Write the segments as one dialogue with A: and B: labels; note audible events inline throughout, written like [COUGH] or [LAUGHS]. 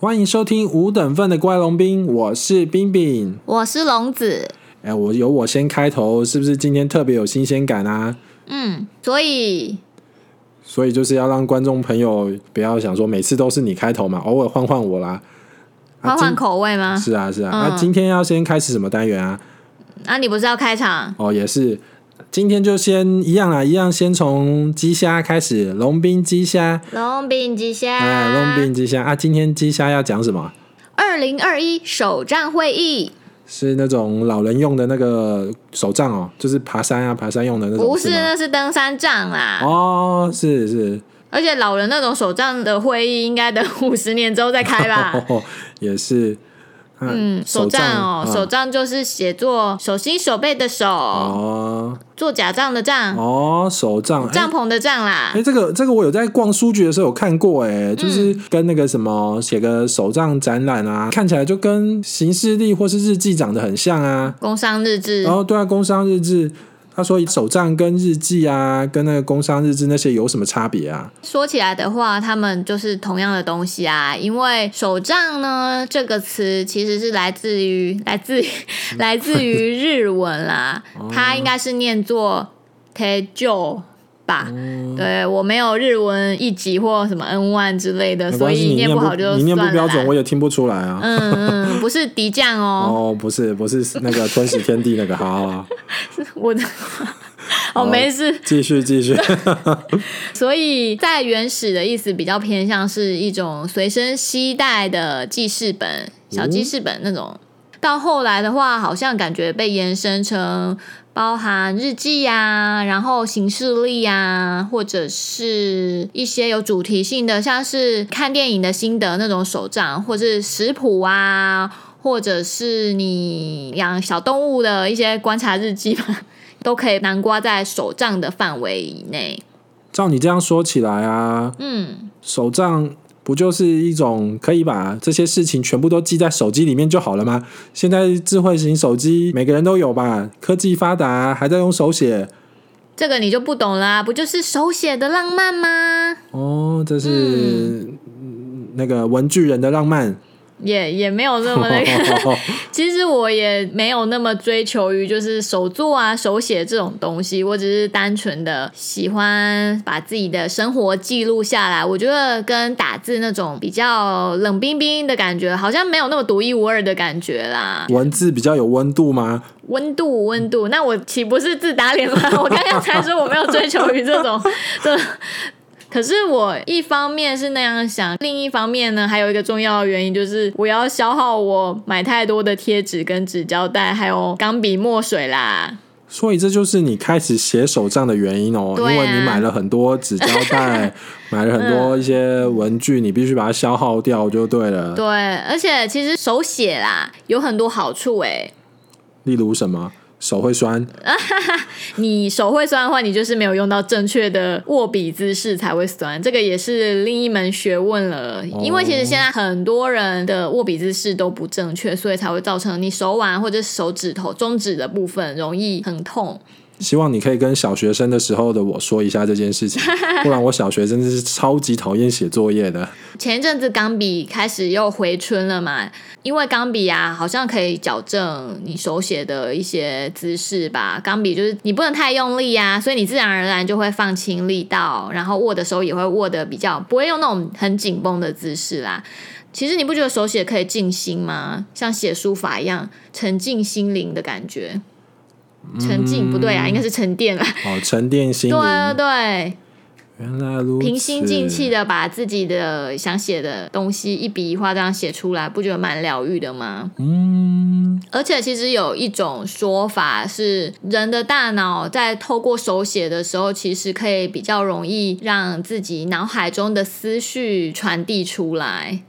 A: 欢迎收听五等份的乖龙兵，我是冰冰。
B: 我是龙子，
A: 哎，我由我先开头，是不是今天特别有新鲜感啊？
B: 嗯，所以
A: 所以就是要让观众朋友不要想说每次都是你开头嘛，偶尔换换我啦。啊
B: 换换
A: 今
B: 口味吗？
A: 是啊是啊，那、
B: 嗯
A: 今天要先开始什么单元啊？
B: 啊，你不是要开场？
A: 哦，也是，今天就先一样啦，一样先从鸡虾开始，龙冰鸡虾，
B: 龙饼鸡虾，
A: 哎，龙冰鸡虾啊，今天鸡虾要讲什么？
B: 二零二一首站会议
A: 是那种老人用的那个手杖哦，就是爬山啊，爬山用的那种。
B: 不是，
A: 吗
B: 那是登山杖啦。
A: 哦，是是，
B: 而且老人那种手杖的会议，应该等 [LAUGHS] 五十年之后再开吧。
A: 哦，也是。
B: 啊嗯，手杖哦，
A: 啊
B: 手杖就是写作手心手背的手，
A: 哦
B: 做假账的账，
A: 哦，手杖。哎
B: 帐篷的帐啦
A: 哎、。这个这个我有在逛书局的时候有看过、
B: 嗯
A: 哎，就是跟那个什么写个手账展览啊，看起来就跟行事历或是日记长得很像啊。
B: 工商日志
A: 然，后对啊，工商日志，他说手账跟日记啊，跟那个工商日志那些有什么差别啊？
B: 说起来的话，他们就是同样的东西啊。因为手账呢这个词其实是来自于 [LAUGHS] 来自于
A: 嗯
B: 来自于日文啦，
A: [LAUGHS] 哦
B: 它应该是念作 tejo 吧。
A: 哦
B: 对我没有日文一级或什么 N one 之类的，
A: 没
B: 哦所
A: 关系，
B: 以
A: 你
B: 念
A: 不
B: 好就
A: 你
B: 算
A: 念不
B: 了
A: 标准，我
B: 啦。
A: 也听不出来啊。
B: 嗯嗯，不是敌将哦，
A: 哦，不是不是那个吞食天地那个，好好好，
B: [LAUGHS] 我
A: 哦
B: 的哦没事，
A: 继续继续。
B: 所以在原始的意思比较偏向是一种随身携带的记事本、小记事本那种。到后来的话，好像感觉被延伸成包含日记呀、然后行事历呀、啊或者是一些有主题性的，像是看电影的心得那种手账，或是食谱啊，或者是你养小动物的一些观察日记嘛，都可以南瓜在手账的范围以内。
A: [LAUGHS] 照你这样说起来啊，
B: 嗯。
A: 手账不就是一种可以把这些事情全部都记在手机里面就好了吗？现在智慧型手机每个人都有吧，科技发达，还在用手写。
B: 这个你就不懂啦、不就是手写的浪漫吗？
A: 哦，这是、嗯那个文具人的浪 [LAUGHS] 漫。
B: 也也没有那么那
A: [LAUGHS]
B: 个，其实我也没有那么追求于就是手作啊、手写这种东西，我只是单纯的喜欢把自己的生活记录下来。我觉得跟打字那种比较冷冰冰的感觉，好像没有那么独一无二的感觉啦。
A: 文字比较有温度吗？
B: 温度，温度，那我岂不是自打脸吗？我刚刚才说我没有追求于这种这。可是我一方面是那样想，另一方面呢，还有一个重要的原因就是我要消耗我买太多的贴纸、跟纸胶带，还有钢笔、墨水啦。
A: 所以这就是你开始写手账的原因哦，因
B: 对啊
A: 为你买了很多纸胶带， [LAUGHS] 买了很多一些文具，你必须把它消耗掉就对了。
B: 对，而且其实手写啦有很多好处欸诶、
A: 例如什么手会酸，
B: [LAUGHS] 你手会酸的话，你就是没有用到正确的握笔姿势才会酸，这个也是另一门学问了。因为其实现在很多人的握笔姿势都不正确，所以才会造成你手腕或者手指头中指的部分容易很痛。
A: 希望你可以跟小学生的时候的我说一下这件
B: [LAUGHS]
A: 事情，不然我小学真的是超级讨厌写作业的。
B: 前一阵子钢笔开始又回春了嘛，因为钢笔啊，好像可以矫正你手写的一些姿势吧。钢笔就是你不能太用力啊，所以你自然而然就会放轻力道，然后握的时候也会握的比较不会用那种很紧绷的姿势啦。其实你不觉得手写可以静心吗？像写书法一样，沉浸心灵的感觉。沉浸、不对啊，应该是沉淀啦。
A: 哦，沉淀心
B: 对对
A: 灵，
B: 对，
A: 原来如此，
B: 平心静气的把自己的想写的东西一笔一画这样写出来，不觉得蛮疗愈的吗？
A: 嗯，
B: 而且其实有一种说法是，人的大脑在透过手写的时候，其实可以比较容易让自己脑海中的思绪传递出来。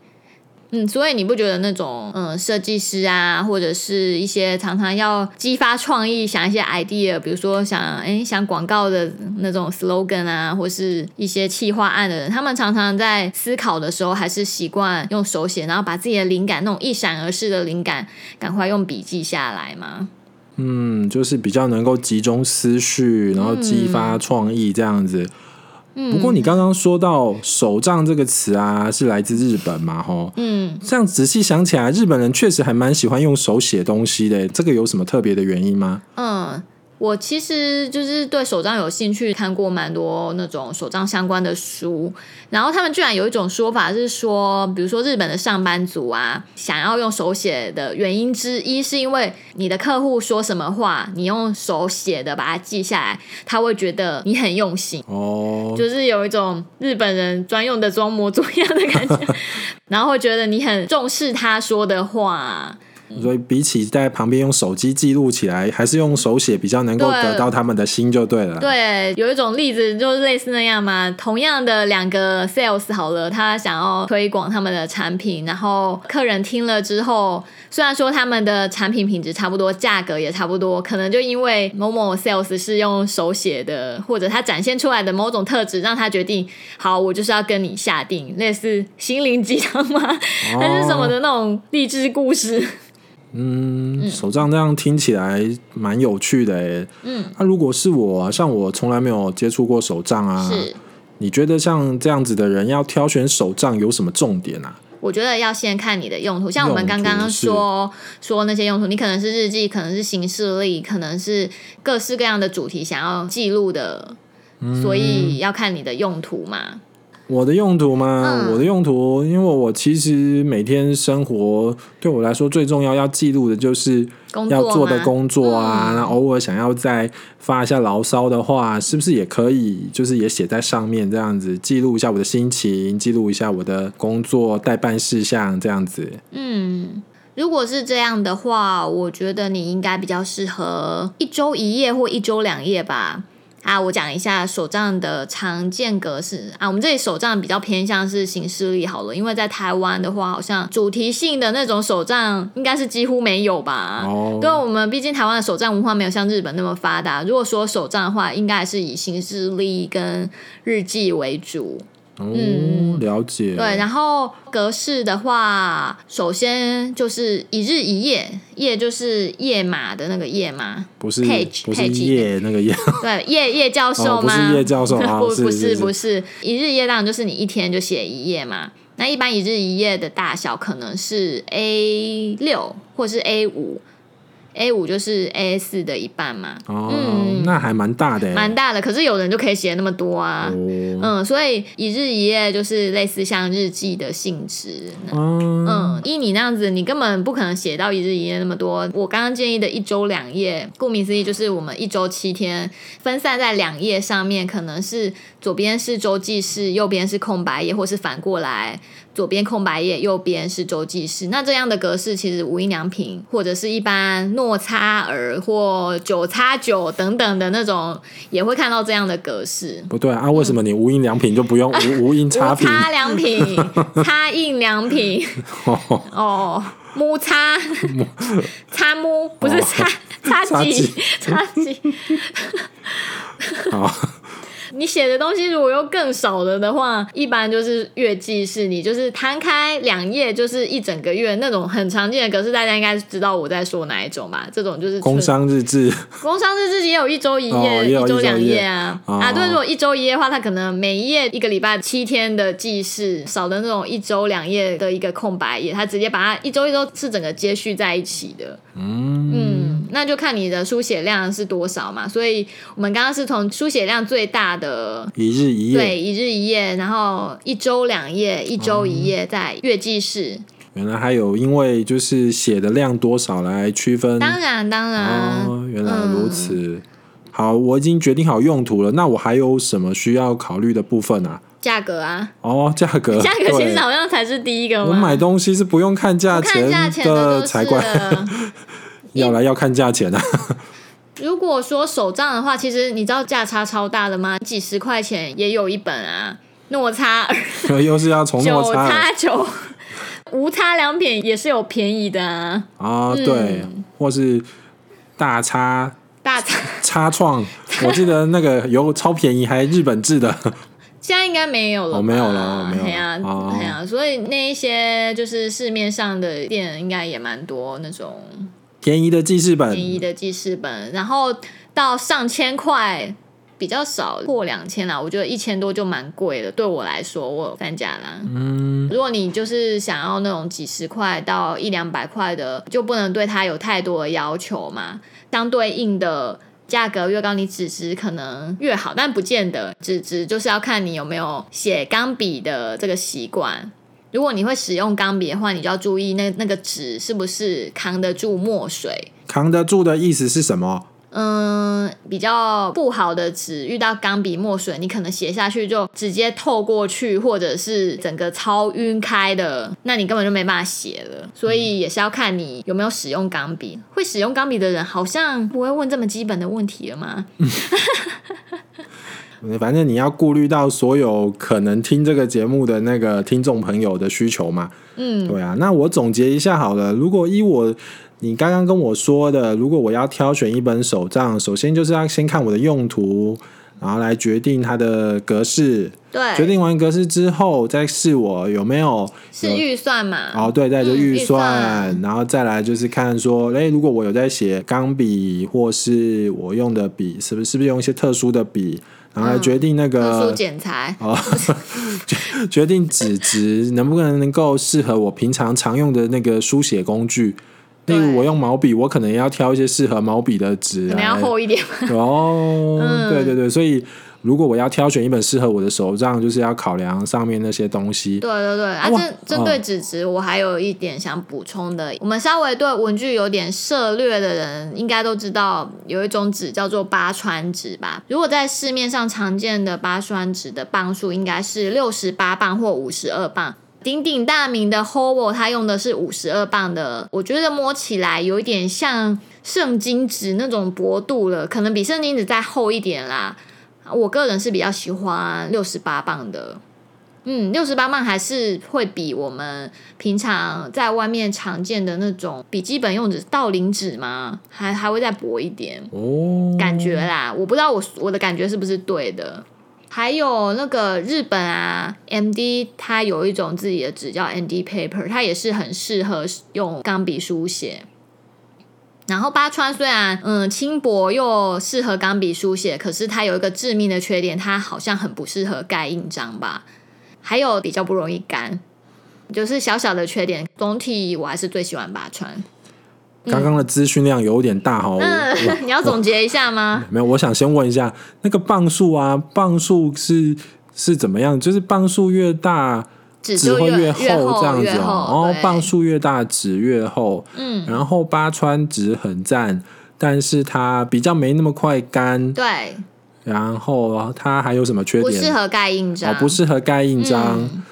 B: 嗯，所以你不觉得那种嗯设计师啊，或者是一些常常要激发创意、想一些 idea，比如说想哎想广告的那种 slogan 啊，或是一些企划案的人，他们常常在思考的时候还是习惯用手写，然后把自己的灵感那种一闪而逝的灵感，赶快用笔记下来嘛。
A: 嗯，就是比较能够集中思绪，然后激发创意这样子。
B: 嗯
A: 不过你刚刚说到“手账”这个词啊，是来自日本嘛？吼，
B: 嗯，嗯，
A: 这样仔细想起来，日本人确实还蛮喜欢用手写东西的。这个有什么特别的原因吗？
B: 嗯，我其实就是对手账有兴趣，看过蛮多那种手账相关的书。然后他们居然有一种说法是说，比如说日本的上班族啊，想要用手写的原因之一，是因为你的客户说什么话，你用手写的把它记下来，他会觉得你很用心。
A: 哦，
B: 就是有一种日本人专用的装模作样的感觉， [LAUGHS] 然后会觉得你很重视他说的话，啊
A: 所以比起在旁边用手机记录起来，还是用手写比较能够
B: 对
A: 得到他们的心就对了。，
B: 对， [LAUGHS] 有一种例子就是类似那样嘛。同样的两个 sales 好了，他想要推广他们的产品，然后客人听了之后，虽然说他们的产品品质差不多，价格也差不多，可能就因为某某 sales 是用手写的，或者他展现出来的某种特质，让他决定，好，我就是要跟你下定，类似心灵鸡汤吗？还是什么
A: 哦
B: 的那种励志故事？
A: 嗯，手账这样听起来蛮有趣的诶。
B: 嗯，
A: 那、如果是我啊，像我从来没有接触过手账啊，
B: 是。
A: 你觉得像这样子的人要挑选手账有什么重点啊？
B: 我觉得要先看你的用途，像我们刚
A: 用
B: 刚
A: 途是
B: 说说那些用途，你可能是日记，可能是行事历，可能是各式各样的主题想要记录的，所
A: 嗯
B: 以要看你的用途嘛。
A: 我的用途吗？
B: 嗯
A: 我的用途，因为我其实每天生活对我来说最重要要记录的就是
B: 工作嗯
A: 要
B: 嘛
A: 做的工作啊，那、偶尔想要再发一下牢骚的话，是不是也可以？就是也写在上面这样子，记录一下我的心情，记录一下我的工作代办事项这样子。
B: 嗯，如果是这样的话，我觉得你应该比较适合一周一夜或一周两夜吧。啊，我讲一下手账的常见格式啊，我们这里手账比较偏向是形式力好了，因为在台湾的话，好像主题性的那种手账应该是几乎没有吧。
A: 哦
B: 对，我们毕竟台湾的手账文化没有像日本那么发达，如果说手账的话，应该还是以形式力跟日记为主。
A: 哦，了解。
B: 嗯对，然后格式的话，首先就是一日一夜，夜就是页码的那个页码，
A: 不是
B: page
A: 不是
B: page
A: 叶那个
B: [LAUGHS]
A: 叶，
B: 对，叶叶教
A: 哦
B: 授
A: 不
B: 吗？
A: 是叶教
B: [LAUGHS]
A: 授啊
B: 不
A: 是
B: 不
A: 是是
B: 不是，一日夜当然就是你一天就写一页嘛。那一般一日一夜的大小可能是 A 六或是 A 五，A 五就是 A 四的一半嘛，
A: 哦，那还蛮大的耶，欸
B: 嗯蛮大的。可是有人就可以写那么多啊。
A: 嗯哦，
B: 嗯，所以一日一夜就是类似像日记的性质，
A: 嗯
B: 嗯，依你那样子，你根本不可能写到一日一夜那么多。我刚刚建议的一周两夜，顾名思义就是我们一周七天分散在两页上面，可能是左边是周记式，右边是空白页，或是反过来，左边空白页，右边是周记式。那这样的格式其实无印良品或者是一般诺擦尔或九叉九等等的那种也会看到这样的格式。啊
A: 不对啊，为什么你无印良品就不用无无印
B: 无
A: 差评？
B: 差良品，差印良品，哦，木擦，擦木不是
A: 哦
B: 擦擦几 [LAUGHS] 擦几。 [LAUGHS]
A: 好，
B: 你写的东西如果又更少了的话，一般就是月记式，你就是摊开两页就是一整个月那种很常见的格式，大家应该知道我在说哪一种吧？这种就是
A: 工
B: 纯
A: 商日志
B: 工商日志也有一周一夜、
A: 哦也有
B: 周
A: 一周
B: 两
A: 一夜
B: 啊、
A: 哦
B: 啊！对，如果一周一夜的话，它可能每一页一个礼拜七天的记事，少的那种一周两夜的一个空白页，它直接把它一周一周是整个接续在一起的。嗯那就看你的书写量是多少嘛。所以我们刚刚是从书写量最大的。
A: 一日一夜，
B: 对，一日一夜，然后一周两夜，一周一夜，在月记式。
A: 原来还有因为就是写的量多少来区分
B: 当然，啊嗯当然，
A: 哦，原来如此。好，我已经决定好用途了。那我还有什么需要考虑的部分啊？
B: 价格啊，
A: 哦，价格，
B: 价格其
A: 对
B: 实好像才是第一个
A: 我
B: 嘛。
A: 买东西是不用看价
B: 不看价钱
A: 的
B: 的都
A: 才
B: 是
A: 怪，
B: 了。
A: [LAUGHS]
B: [LAUGHS]
A: 要来要看价钱啊。
B: 如果说手账的话，其实你知道价差超大的吗？几十块钱也有一本啊，
A: [LAUGHS]
B: 诺差
A: 又是要从那
B: 九
A: 么差了
B: 差九， [LAUGHS] 无差良品也是有便宜的啊，
A: 啊、对，
B: 嗯
A: 或是大叉
B: 大差。
A: 叉创，我记得那个有超便宜，还日本制的。 [LAUGHS]
B: 现在应该没有了吧、
A: 哦没有了没有了
B: 嘿呀、
A: 哦
B: 嘿呀、所以那一些就是市面上的店应该也蛮多那种
A: 便宜的记事本
B: 便宜的记事本，然后到上千块比较少破两千啦，我觉得一千多就蛮贵了。对我来说，我有三家啦。嗯，如果你就是想要那种几十块到一两百块的，就不能对它有太多的要求嘛。相对应的价格越高，你纸质可能越好，但不见得。纸质就是要看你有没有写钢笔的这个习惯。如果你会使用钢笔的话，你就要注意那那个纸是不是扛得住墨水。
A: 扛得住的意思是什么？
B: 嗯，比较不好的纸遇到钢笔墨水，你可能写下去就直接透过去，或者是整个超晕开的，那你根本就没办法写了。所以也是要看你有没有使用钢笔。会使用钢笔的人好像不会问这么基本的问题了吗？
A: 反正你要顾虑到所有可能听这个节目的那个听众朋友的需求嘛。嗯，对啊。那我总结一下好了，如果依我你刚刚跟我说的，如果我要挑选一本手账，首先就是要先看我的用途，然后来决定它的格式。决
B: 对，
A: 定完格式之后，再试我有没有
B: 是预算嘛？
A: 哦，对，再就
B: 嗯
A: 预
B: 预
A: 算，
B: 算
A: 然后再来就是看说，诶，如果我有在写钢笔，或是我用的笔，是不是是不是用一些特殊的笔，然后来决定那
B: 嗯特
A: 个、
B: 殊剪裁，
A: [LAUGHS] 哦，决决定纸质能不能能够适合我平常常用的那个书写工具。例如
B: 对
A: 我用毛笔，我可能要挑一些适合毛笔的纸
B: 可
A: 来
B: 能
A: [LAUGHS]
B: 要嗯厚一点。
A: 哦，对对对，所以如果我要挑选一本适合我的手账，就是要考量上面那些东西。
B: 对对对，啊，
A: 哇
B: 针针对纸质，我还有一点想补充的。我们稍微对文具有点涉略的人，应该都知道有一种纸叫做八川纸吧？如果在市面上常见的八川纸的磅数，应该是六十八磅或五十二磅。鼎鼎大名的 Hobo，它用的是五十二磅的，我觉得摸起来有一点像圣经纸那种薄度了，可能比圣经纸再厚一点啦。我个人是比较喜欢六十八磅的。嗯，六十八磅还是会比我们平常在外面常见的那种笔记本用纸、道林纸吗？还还会再薄一点。
A: 哦，
B: 感觉啦，我不知道我我的感觉是不是对的。还有那个日本啊，MD 它有一种自己的纸叫 MD paper，它也是很适合用钢笔书写。然后八川虽然嗯轻薄又适合钢笔书写，可是它有一个致命的缺点，它好像很不适合盖印章吧，还有比较不容易干，就是小小的缺点。总体我还是最喜欢八川。
A: 刚刚的资讯量有点大哈、我我
B: [LAUGHS] 嗯，你要总结一下吗？
A: 没有，我想先问一下，那个磅数啊，磅数是是怎么样？就是磅数越大，
B: 纸
A: 纸
B: 就
A: 会
B: 越
A: 厚这样子
B: 越
A: 哦。
B: 厚
A: 哦，磅
B: 对
A: 数越大，纸越厚。
B: 嗯，
A: 然后八川纸很赞，但是它比较没那么快干。
B: 对，
A: 然后它还有什么缺
B: 不适
A: 点？
B: 合盖印章，
A: 哦，不适合盖印章。
B: 嗯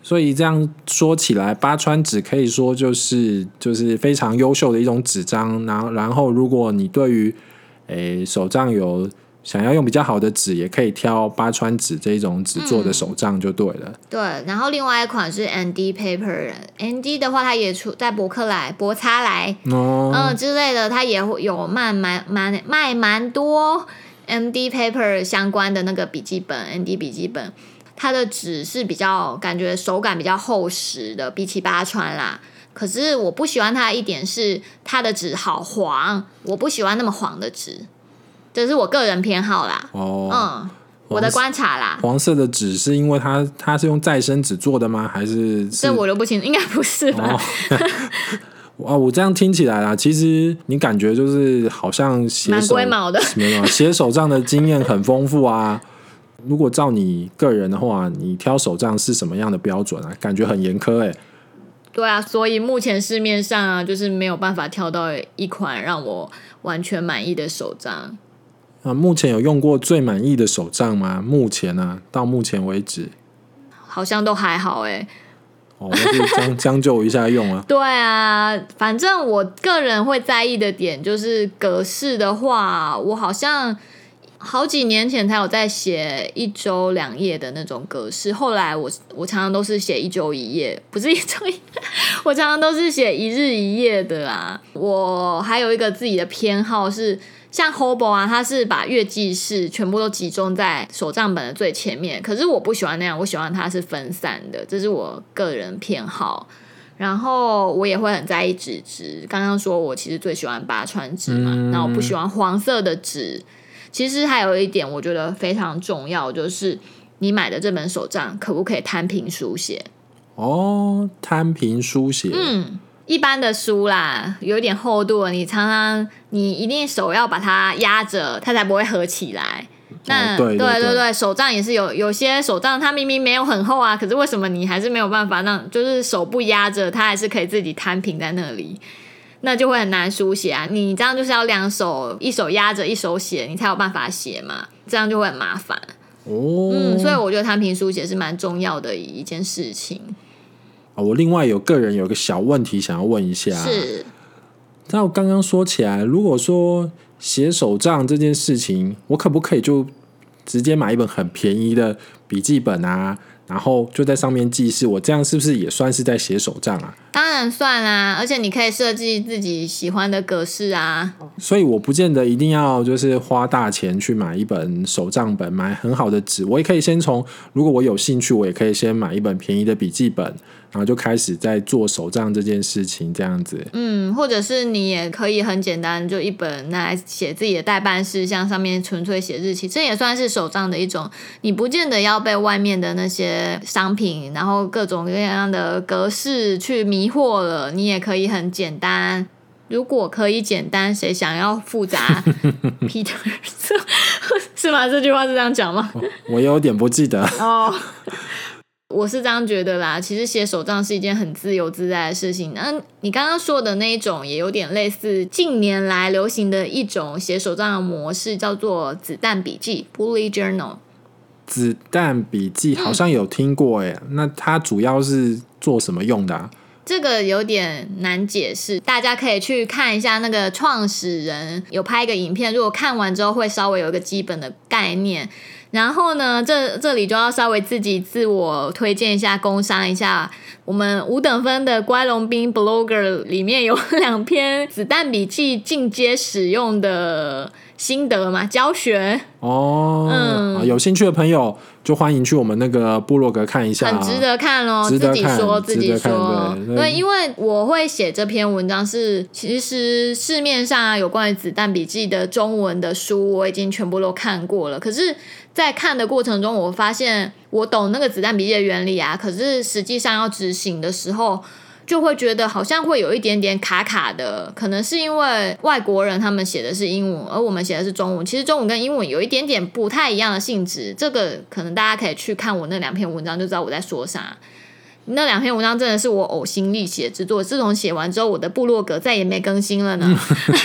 A: 所以这样说起来，八川纸可以说就是就是非常优秀的一种纸张。然后，然后如果你对于诶手账有想要用比较好的纸，也可以挑八川纸这一种纸
B: 嗯
A: 做的手账就对了。
B: 对，然后另外一款是 ND Paper，ND 的话，它也出在博客来、博擦来，
A: 哦，
B: 嗯之类的，它也会有卖蛮蛮卖蛮多 MD paper 相关的那个笔记本，MD 笔记本，它的纸是比较感觉手感比较厚实的，比起八川啦。可是我不喜欢它的一点是它的纸好黄，我不喜欢那么黄的纸，这是我个人偏好啦。
A: 哦，
B: 嗯，我的观察啦，
A: 黄色的纸是因为它它是用再生纸做的吗？还是是
B: 这我就不清，应该不是吧？
A: 哦，哇，啊我这样听起来啦，其实你感觉就是好像写
B: 蛮
A: 手
B: 龟毛的
A: 没有啊写手账的经验很丰富啊。如果照你个人的话，你挑手账是什么样的标准啊？感觉很严苛哎、
B: 对啊，所以目前市面上啊，就是没有办法挑到一款让我完全满意的手账。
A: 啊，目前有用过最满意的手账吗？目前啊，到目前为止，
B: 好像都还好哎、
A: 哦，我是
B: [LAUGHS]
A: 将将就一下用啊。
B: 对啊，反正我个人会在意的点就是格式的话，我好像好几年前才有在写一周两页的那种格式，后来我我常常都是写一周一页，不是一 [LAUGHS] 周一，我常常都是写一日一夜的啦。我还有一个自己的偏好是。像 Hobo 啊，它是把月记式全部都集中在手账本的最前面，可是我不喜欢那样，我喜欢它是分散的，这是我个人偏好。然后我也会很在意纸质，刚刚说我其实最喜欢八川纸嘛，那、我不喜欢黄色的纸，其实还有一点，我觉得非常重要，就是你买的这本手账可不可以摊平书写？
A: 哦，摊平书写，
B: 嗯，一般的书啦，有一点厚度了，你常常你一定手要把它压着，它才不会合起来。那、
A: 哦对对
B: 对
A: 对
B: 手账也是有有些手账，它明明没有很厚啊，可是为什么你还是没有办法让，就是手不压着，它还是可以自己摊平在那里，那就会很难书写啊。你这样就是要两手，一手压着，一手写，你才有办法写嘛，这样就会很麻烦。
A: 哦，
B: 嗯，所以我觉得摊平书写是蛮重要的一件事情。
A: 啊我另外有个人有个小问题想要问一下，
B: 是，
A: 那我刚刚说起来，如果说写手账这件事情，我可不可以就直接买一本很便宜的笔记本啊，然后就在上面记事？我这样是不是也算是在写手账啊？
B: 当然算啦、而且你可以设计自己喜欢的格式啊。
A: 所以我不见得一定要就是花大钱去买一本手账本，买很好的纸，我也可以先从如果我有兴趣，我也可以先买一本便宜的笔记本，然后就开始在做手账这件事情，这样子。
B: 嗯，或者是你也可以很简单，就一本拿来写自己的代办事项，上面纯粹写日期，这也算是手账的一种。你不见得要被外面的那些商品，然后各种各样的格式去迷惑了，你也可以很简单。如果可以简单，谁想要复杂？Peter 是吗？这句话是这样讲吗？
A: 我有点不记得。
B: 哦， [LAUGHS] 我是这样觉得啦。其实写手账是一件很自由自在的事情。那你刚刚说的那一种，也有点类似近年来流行的一种写手账的模式，叫做子弹笔记 （Bullet Journal）。
A: 子弹笔记好像有听过哎、
B: 嗯
A: 那它主要是做什么用的、啊？
B: 这个有点难解释，大家可以去看一下那个创始人有拍一个影片，如果看完之后会稍微有一个基本的概念。然后呢，这这里就要稍微自己自我推荐一下，工商一下。我们五等分的乖龙兵 blogger 里面有两篇子弹笔记进阶使用的心得嘛，教学
A: 哦、
B: 嗯
A: 啊有兴趣的朋友就欢迎去我们那个部落格看一下、啊
B: 很值。得看哦，
A: 值得
B: 自己
A: 看
B: 说自己
A: 值得看
B: 说，
A: 对
B: 对，
A: 嗯
B: 因为我会写这篇文章是，其实市面上啊有关于子弹笔记的中文的书，我已经全部都看过了。可是，在看的过程中，我发现我懂那个子弹笔记的原理啊，可是实际上要执行的时候。就会觉得好像会有一点点卡卡的，可能是因为外国人他们写的是英文，而我们写的是中文。其实中文跟英文有一点点不太一样的性质，这个可能大家可以去看我那两篇文章就知道我在说啥。那两篇文章真的是我呕心沥血之作，自从写完之后，我的部落格再也没更新了呢，
A: 嗯
B: [LAUGHS]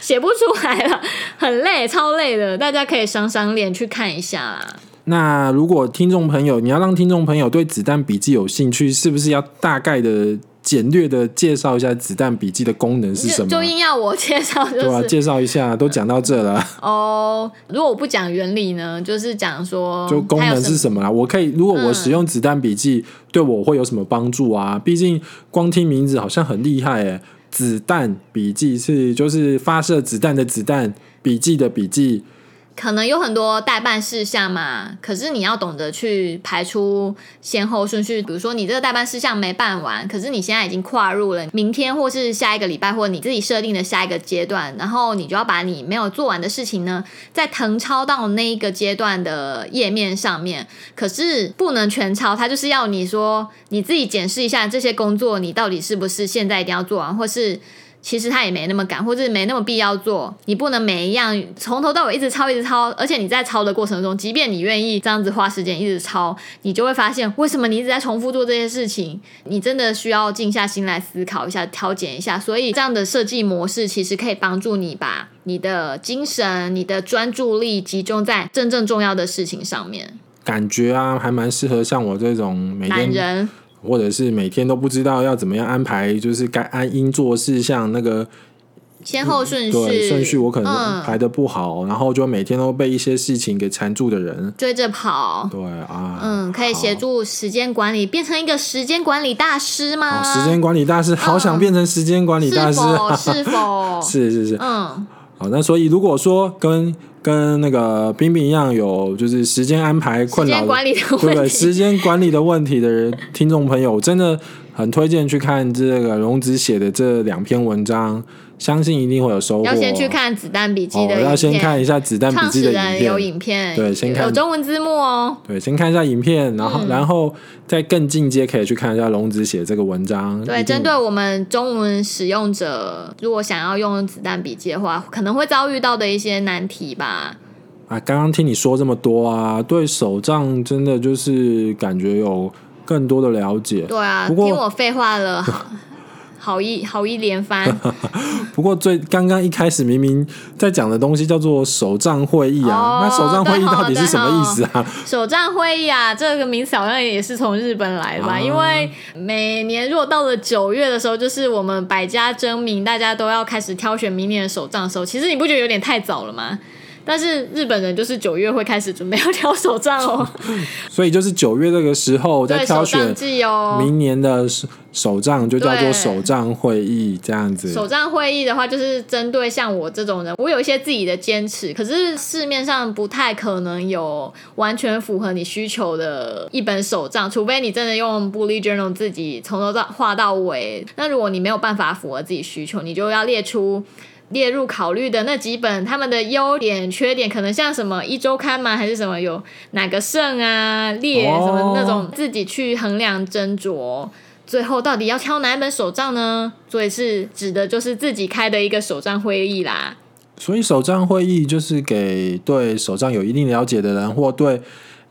B: 写不出来了，很累，超累的。大家可以赏赏脸去看一下啦。
A: 那如果听众朋友，你要让听众朋友对子弹笔记有兴趣，是不是要大概的简略的介绍一下子弹笔记的功能是什
B: 就
A: 么？
B: 就硬要我 [LAUGHS] 介绍，就
A: 对吧、
B: 是
A: 介绍一下，都讲到这了，
B: 哦，如果我不讲原理呢，就是讲说
A: 就功
B: 它嗯有
A: 能
B: 什
A: 是
B: 么嗯
A: 什么啦？啊我可以，如果我使用子弹笔记，对我会有什么帮助啊？毕竟光听名字好像很厉害诶、欸子弹笔记是就是发射子弹的子弹，笔记的笔记，
B: 可能有很多代办事项嘛，可是你要懂得去排出先后顺序。比如说，你这个代办事项没办完，可是你现在已经跨入了明天或是下一个礼拜，或你自己设定的下一个阶段，然后你就要把你没有做完的事情呢，再腾抄到那一个阶段的页面上面。可是不能全抄，它就是要你说你自己检视一下这些工作，你到底是不是现在一定要做完，或是其实他也没那么赶，或者没那么必要做。你不能每一样从头到尾一直抄，一直抄。而且你在抄的过程中，即便你愿意这样子花时间一直抄，你就会发现为什么你一直在重复做这些事情。你真的需要静下心来思考一下，调节一下。所以这样的设计模式其实可以帮助你把你的精神、你的专注力集中在真正重要的事情上面。
A: 感觉啊，还蛮适合像我这种每
B: 懒
A: 天
B: 人，
A: 或者是每天都不知道要怎么样安排，就是该按应做事项那个
B: 先后顺序，
A: 对顺序，我可能
B: 嗯
A: 排的不好，然后就每天都被一些事情给缠住的人，
B: 追着跑。
A: 对啊，
B: 嗯，可以
A: 好
B: 协助时间管理，变成一个时间管理大师吗？
A: 哦，时间管理大师，好
B: 嗯
A: 想变成时间管理大师，
B: 是否是
A: [LAUGHS]
B: 否
A: 是是是，
B: 嗯，
A: 好，那所以如果说跟跟那个冰冰一样，有就是时间安排困
B: 时
A: 扰
B: 间
A: 的
B: 管理的
A: 对不
B: 问
A: 对？
B: 题。
A: 时间管理的问题的人，听众朋友，我真的很推荐去看这个荣子写的这两篇文章，相信一定会有收获。
B: [LAUGHS] 要先去看《子弹笔记》
A: 哦
B: 的影，片，
A: 要先看一下《子弹笔
B: 创
A: 记》
B: 始
A: 的
B: 人有
A: 影片。
B: 影片，
A: 对先看
B: 有中文字幕哦。
A: 对，先看一下影片，然后、
B: 嗯
A: 然后再更进阶，可以去看一下龙子写这个文章。
B: 对，
A: 嗯一定
B: 针对我们中文使用者，如果想要用子弹笔记的话，可能会遭遇到的一些难题吧。
A: 啊，刚刚听你说这么多啊，对手账真的就是感觉有更多的了解。
B: 对啊，
A: 不过
B: 听我废话了，好好一好一连
A: [LAUGHS]
B: 番
A: 不过最刚刚一开始明明在讲的东西叫做手账会议啊，
B: 哦
A: 那手账会议
B: 对哦哦
A: 到底是什么意思啊？
B: 手账会议啊，这个名词好像也是从日本来的吧？
A: 啊
B: 因为每年如果到了九月的时候，就是我们百家争鸣，大家都要开始挑选明年的手账的时候，其实你不觉得有点太早了吗？但是日本人就是九月会开始准备要挑手账哦，
A: 所以就是九月这个时候在
B: [LAUGHS] 对
A: 挑
B: 手账
A: 选
B: 季哦，
A: 明年的手手账，就叫做
B: 对
A: 手账会议这样子。
B: 手账会议的话，就是针对像我这种人，我有一些自己的坚持，可是市面上不太可能有完全符合你需求的一本手账，除非你真的用 Bullet Journal 自己从头到画到尾。那如果你没有办法符合自己需求，你就要列出。列入考虑的那几本，他们的优点、缺点，可能像什么一周刊吗？还是什么有哪个胜啊、劣
A: 哦
B: 什么那种，自己去衡量斟酌。最后到底要挑哪一本手账呢？所以是指的就是自己开的一个手账会议啦。
A: 所以手账会议就是给对手账有一定了解的人，或对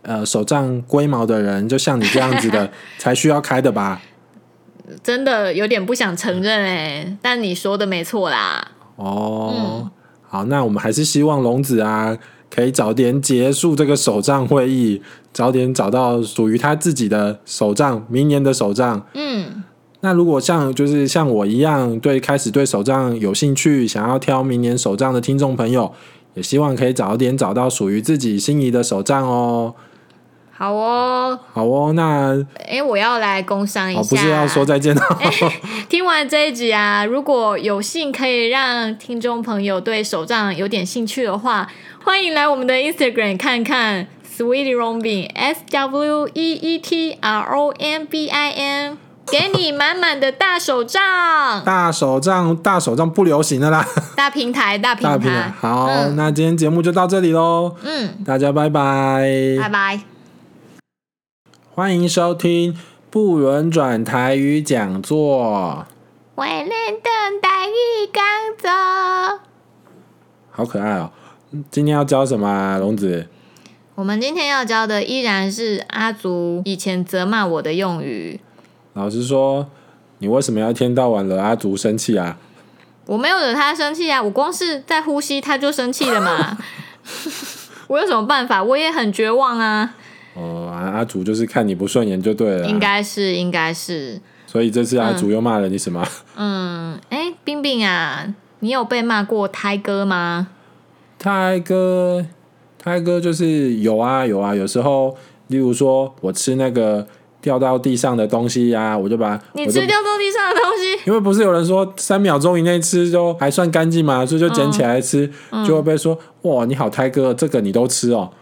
A: 呃手账龟毛的人，就像你这样子
B: [LAUGHS]
A: 的才需要开的吧？
B: 真的有点不想承认哎、但你说的没错啦。
A: 哦，好，那我们还是希望龙子啊，可以早点结束这个手账会议，早点找到属于他自己的手账，明年的手账。
B: 嗯，
A: 那如果像就是像我一样，对开始对手账有兴趣，想要挑明年手账的听众朋友，也希望可以早点找到属于自己心仪的手账哦。
B: 好哦，
A: 好哦，那
B: 哎、我要来工商一下。
A: 哦不是要说再见了，
B: 听完这一集啊，如果有幸可以让听众朋友对手账有点兴趣的话，欢迎来我们的 Instagram 看看 Sweet Rombin S W E E T R O M B I N，给你满满的大手账，
A: [LAUGHS] 大手账大手账不流行了啦，
B: 大平台，大平
A: 大平台
B: 台。
A: 好，
B: 嗯
A: 那今天节目就到这里喽，
B: 嗯，
A: 大家拜拜，
B: 拜拜。
A: 欢迎收听不轮转台语讲座，
B: 我练等待一刚走。
A: 好可爱哦。今天要教什么、啊，龙子？
B: 我们今天要教的依然是阿祖以前责骂我的用语。
A: 老师说，你为什么要一天到晚惹阿竹生气啊？
B: 我没有惹他生气啊，我光是在呼吸他就生气了
A: [LAUGHS]
B: 嘛。我有什么办法？我也很绝望啊。
A: 哦，啊阿竹就是看你不顺眼就对了啊，
B: 应该是，应该是，
A: 所以这次阿竹又骂了你什么？
B: 嗯，哎、冰冰啊，你有被骂过胎哥吗？
A: [LAUGHS] 泰哥，泰哥就是有啊有啊，有时候，例如说我吃那个掉到地上的东西呀、啊我就把
B: 你
A: 我就
B: 吃掉落地上的东西，
A: 因为不是有人说三秒钟以内吃就还算干净嘛，所以就捡起来吃，
B: 嗯
A: 就会被说哇你好泰哥，这个你都吃哦，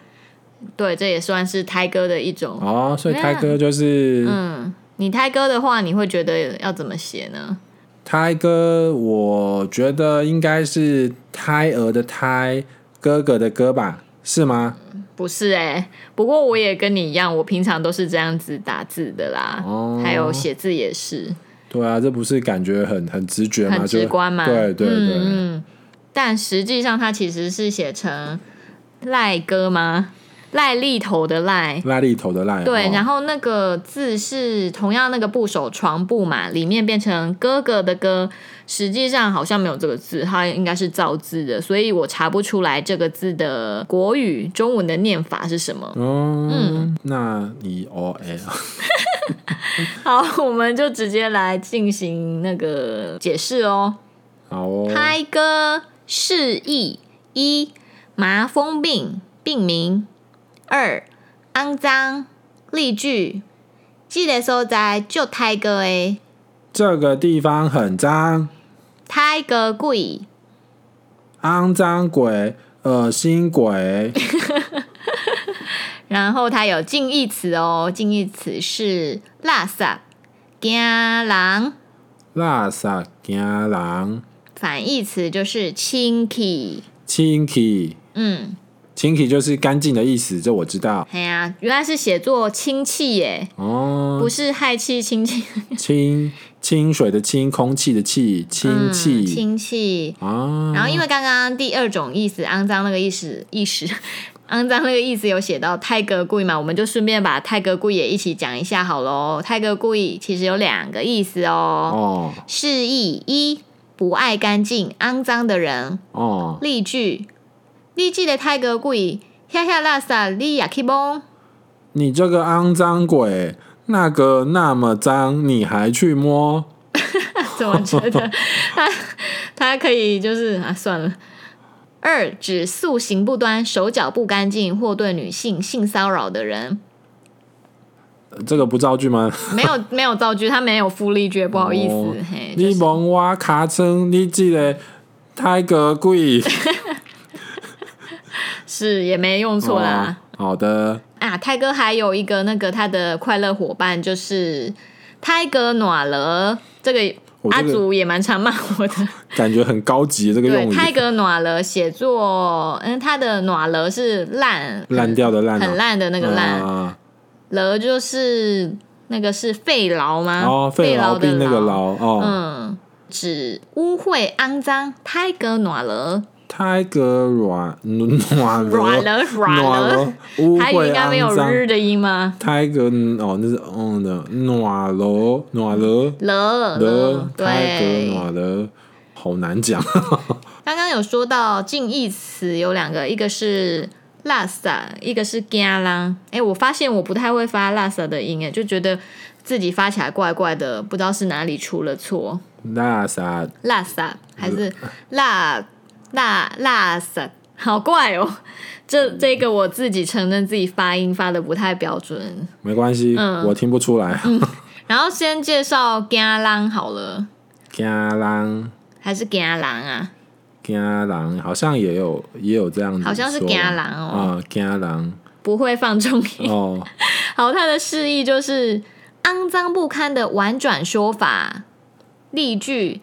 B: 对，这也算是胎哥的一种。
A: 哦，所以泰哥就是、
B: 嗯，你胎哥的话，你会觉得要怎么写呢？
A: 泰哥，我觉得应该是胎儿的胎，哥哥的哥吧，是吗？
B: 不是哎、不过我也跟你一样，我平常都是这样子打字的啦，
A: 哦
B: 还有写字也是。
A: 对啊，这不是感觉很很直觉吗？
B: 很直观嘛，
A: 就对对对。
B: 嗯嗯。但实际上，它其实是写成赖哥吗？赖立头的赖。
A: 拉力头的拉，哦
B: 对，然
A: 后
B: 后那个字是同样那个部首床部嘛，里面变成哥哥的哥，实际上好像没有这个字，它应该是造字的，所以我查不出来这个字的国语中文的念法是什么。
A: 嗯，那你哦哎，
B: 好，我们就直接来进行那个解释哦。
A: 好哦，
B: 胎哥示意：一、麻风病病名；二、肮脏。例句：这个所在就胎哥诶，
A: 这个地方很脏，
B: 胎哥贵，
A: 肮脏鬼，呃，新轨
B: 然后它有近义词哦，近义词是垃圾、惊啊人，
A: 垃圾惊人
B: 反义词就是清气。
A: 清气
B: 嗯，
A: 清气就是干净的意思，这我知道。
B: 哎呀，原来是写作清气耶，
A: 哦，
B: 不是氦气氢气，
A: 清清水的清，空气的气，清
B: 嗯
A: 气、
B: [LAUGHS] 清气。
A: 啊。
B: 然后因为刚刚第二种意思，肮脏那个意思，意思， [LAUGHS] 肮脏那个意思有写到泰格贵嘛，我们就顺便把泰格贵也一起讲一下好喽。泰格贵其实有两个意思哦，
A: 哦
B: 示意一不爱干净、肮脏的人。
A: 哦，
B: 例句，你这个泰格贵，遐遐垃圾你也去摸。
A: 你这个肮脏鬼，那个那么脏，你还去摸？
B: 怎么觉得他他可以就是啊算了。二指塑形不端、手脚不干净或对女性性骚扰的人，
A: 呃这个不造句吗？[LAUGHS]
B: 没有没有造句，他没有附例句，不好意思，
A: 哦
B: 嘿，就
A: 你
B: 是
A: 蒙我卡称，你这个太格贵。
B: 是也没用错啦、
A: 哦好的，
B: 啊。泰哥还有一个那个他的快乐伙伴就是泰哥暖了，这个
A: 我
B: 阿
A: 这个
B: 祖也蛮常骂
A: [LAUGHS]
B: 我的。
A: 感觉很高级，这个
B: 对，
A: 用语
B: 泰格暖了写作，嗯，他的暖了是烂
A: 烂掉的烂啊，
B: 很烂的那个烂，嗯
A: 啊，
B: 了就是那个是肺痨吗？
A: 哦，肺痨
B: 的
A: 病那个痨哦，
B: 嗯，指污秽、肮脏、太格暖了、
A: 泰格软软
B: 软了、软
A: 嗯暖
B: 了
A: 了。，污
B: 台语
A: 秽
B: 应该没有
A: 肮脏。
B: 日的音吗？
A: 泰格哦，那是嗯的暖了暖了了
B: 了了，，
A: 泰格
B: 对。
A: 暖了，好难讲。 [LAUGHS]
B: 刚刚有说到近义词有两个，一个是垃圾，一个是嘎啦。哎，我发现我不太会发垃圾的音，哎，就觉得自己发起来怪怪的，不知道是哪里出了错。
A: 那啥，
B: 辣撒还是
A: 呃
B: 辣辣辣撒，好怪哦！这
A: 嗯
B: 这个我自己承认自己发音发的不太标准。
A: 没关系，
B: 嗯
A: 我听不出来。
B: 然后先介绍嘎啷好了，
A: 惊人
B: 还是嘎啷啊？
A: 惊人，好像也有也有这样子说，
B: 好像是惊人哦
A: 啊，惊人
B: 不会放重音。
A: 哦，
B: 好，它的释义就是肮脏不堪的婉转说法。例句：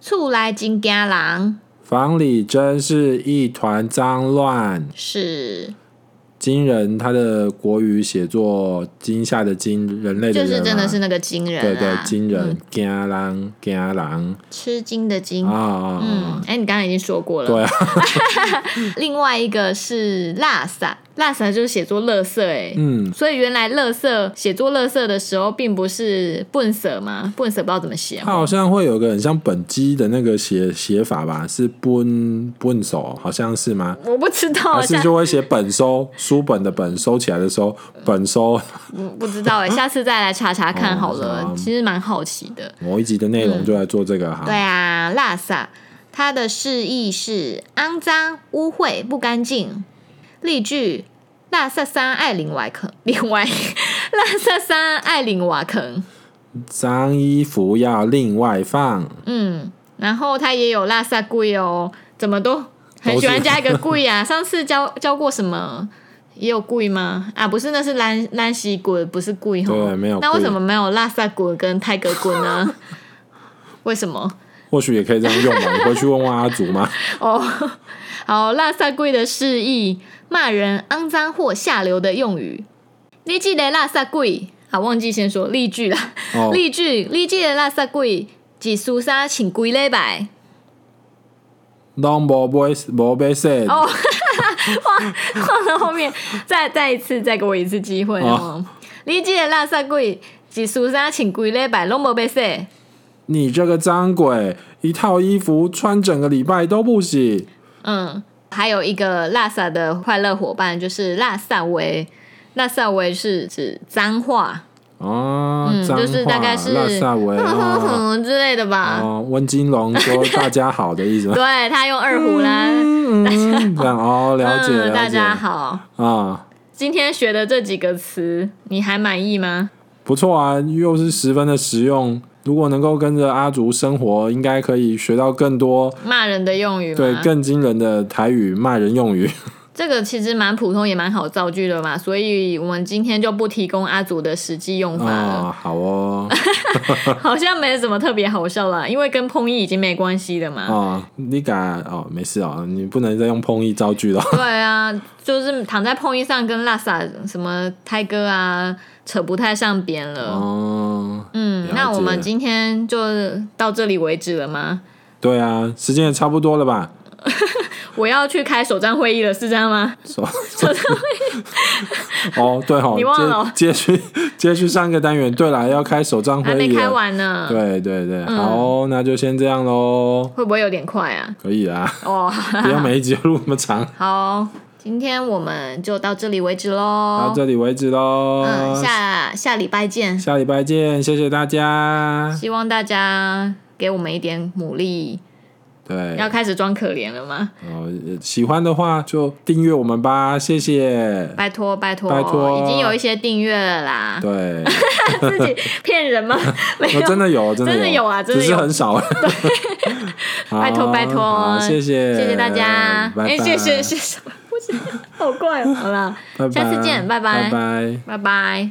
B: 厝来真嘎啷
A: 房里真是一团脏乱。
B: 是
A: 金人，他的国语写作“惊吓”的“惊”，人类的
B: 就
A: 人、啊，
B: 是真的是那个惊人、啊，
A: 对对，惊人
B: 嗯，
A: 惊人，惊人
B: 吃惊的惊
A: 啊啊！
B: 嗯
A: 啊，
B: 哎、你刚才已经说过了。
A: 对啊，
B: [LAUGHS] 另外一个是垃圾，垃圾就是写作垃圾、哎、
A: 嗯，
B: 所以原来垃圾写作垃圾的时候，并不是笨舍嘛，笨舍不知道怎么写啊
A: 他。好像会有个很像本机的那个写写法吧，是本本手，好像是吗？
B: 我不知道，
A: 还
B: 啊，
A: 是
B: 下
A: 就会写本收，书本的本收起来的收，本收
B: 嗯不知道哎、下次再来查查看好了。
A: 哦
B: 其实蛮好奇的。
A: 某一集的内容就来做这个哈。
B: 对啊，垃圾它的释义是肮脏、污秽、不干净。例句：垃圾山爱领外坑，另外 [LAUGHS] 垃圾山爱领瓦坑。
A: 脏衣服要另外放，
B: 嗯，然后它也有拉萨贵哦，怎么都很喜欢加一个贵啊。上次教教过什么？也有贵吗？啊，不是，那是兰兰西滚，不是贵哈。
A: 对没有
B: 那为
A: 贵
B: 什么没有拉萨滚跟泰格滚呢？ [LAUGHS] 为什么？
A: 或许也可以这样用吧。你回去问问阿祖吗？
B: 哦，好，拉萨贵的释义，骂人肮脏或下流的用语。你记得拉萨贵，好，忘记先说例句啦。
A: 哦，
B: 例句，你记得拉萨贵，几苏沙请归礼拜。
A: 拢无买无买说，
B: 哦，忘忘了后面，再再一次，再给我一次机会哦。你这个垃圾鬼，一输三请几礼拜拢无被洗，
A: 你这个脏鬼，一套衣服穿整个礼拜都不洗。
B: 嗯。还有一个垃圾的快乐伙伴就是垃圾为，垃圾为是指脏话，
A: 哦，
B: 嗯，
A: 脏话，
B: 就是大概是
A: 拉萨
B: [LAUGHS]
A: 维
B: 哼哼
A: 哦，
B: 哼之类的吧。
A: 哦，温金龙说大家好的
B: [LAUGHS]
A: 意思吗？
B: 对他用二胡啦，
A: 嗯嗯，这样
B: [LAUGHS]
A: 哦，了解
B: 嗯，大
A: 了解
B: 家
A: 啊、
B: 好。今天学的这几个词，你还满意吗？
A: 不错啊，又是十分的实用，如果能够跟着阿竹生活，应该可以学到更多
B: 骂人的用语吗？
A: 对更惊人的台语骂人用语。
B: 这个其实蛮普通，也蛮好造句的嘛，所以我们今天就不提供阿祖的实际用法了，
A: 哦，好哦，
B: [LAUGHS] 好像没什么特别好笑啦，因为跟烹饪已经没关系了嘛。
A: 哦，你敢哦，没事哦，你不能再用烹艺造句了。
B: 对啊，就是躺在碰衣上跟拉萨什么泰哥啊扯不太上边了。
A: 哦，
B: 嗯，
A: 了
B: 那我们
A: 解
B: 今天就到这里为止了吗？
A: 对啊，时间也差不多了
B: [LAUGHS]
A: 吧？
B: 我要去开首站会议了，是这样吗？
A: 说 [LAUGHS] 哦，对哦，
B: 你忘了
A: 接接续接续上个单元。对啦，要开首账
B: 还
A: 会
B: 没
A: 议
B: 开
A: 了。
B: 完嗯呢，
A: 对啊对对，好，那就先这样喽。
B: 会不会有点快啊？
A: 可以
B: [LAUGHS]
A: 啦，
B: 哦，
A: 不要每一集都录那么长，
B: 好，今天我们就到这里为止
A: 到
B: 喽。
A: 这里为止喽。
B: 哦嗯，下下礼拜见。
A: 下礼拜见，谢谢大家。
B: 希望大家给我们一点鼓励。
A: 对，
B: 嗯要开始装可怜了吗？
A: 哦，呃喜欢的话就订阅我们吧，谢谢。
B: 拜托拜托，
A: 拜托
B: 已经有一些订阅
A: [LAUGHS]
B: 了啦。
A: 对，
B: 自己骗人吗？没
A: 我
B: 有，
A: 真的有，真的
B: 真的有啊真的
A: 只是
B: 有
A: 很少。 [LAUGHS] 好
B: 拜托拜托
A: 好谢谢，
B: 谢谢大家。哎
A: 拜拜，
B: 谢谢谢谢，不是好怪哦。好啦，
A: 拜拜，
B: 下次见拜
A: 拜
B: 拜
A: 拜。
B: 拜拜。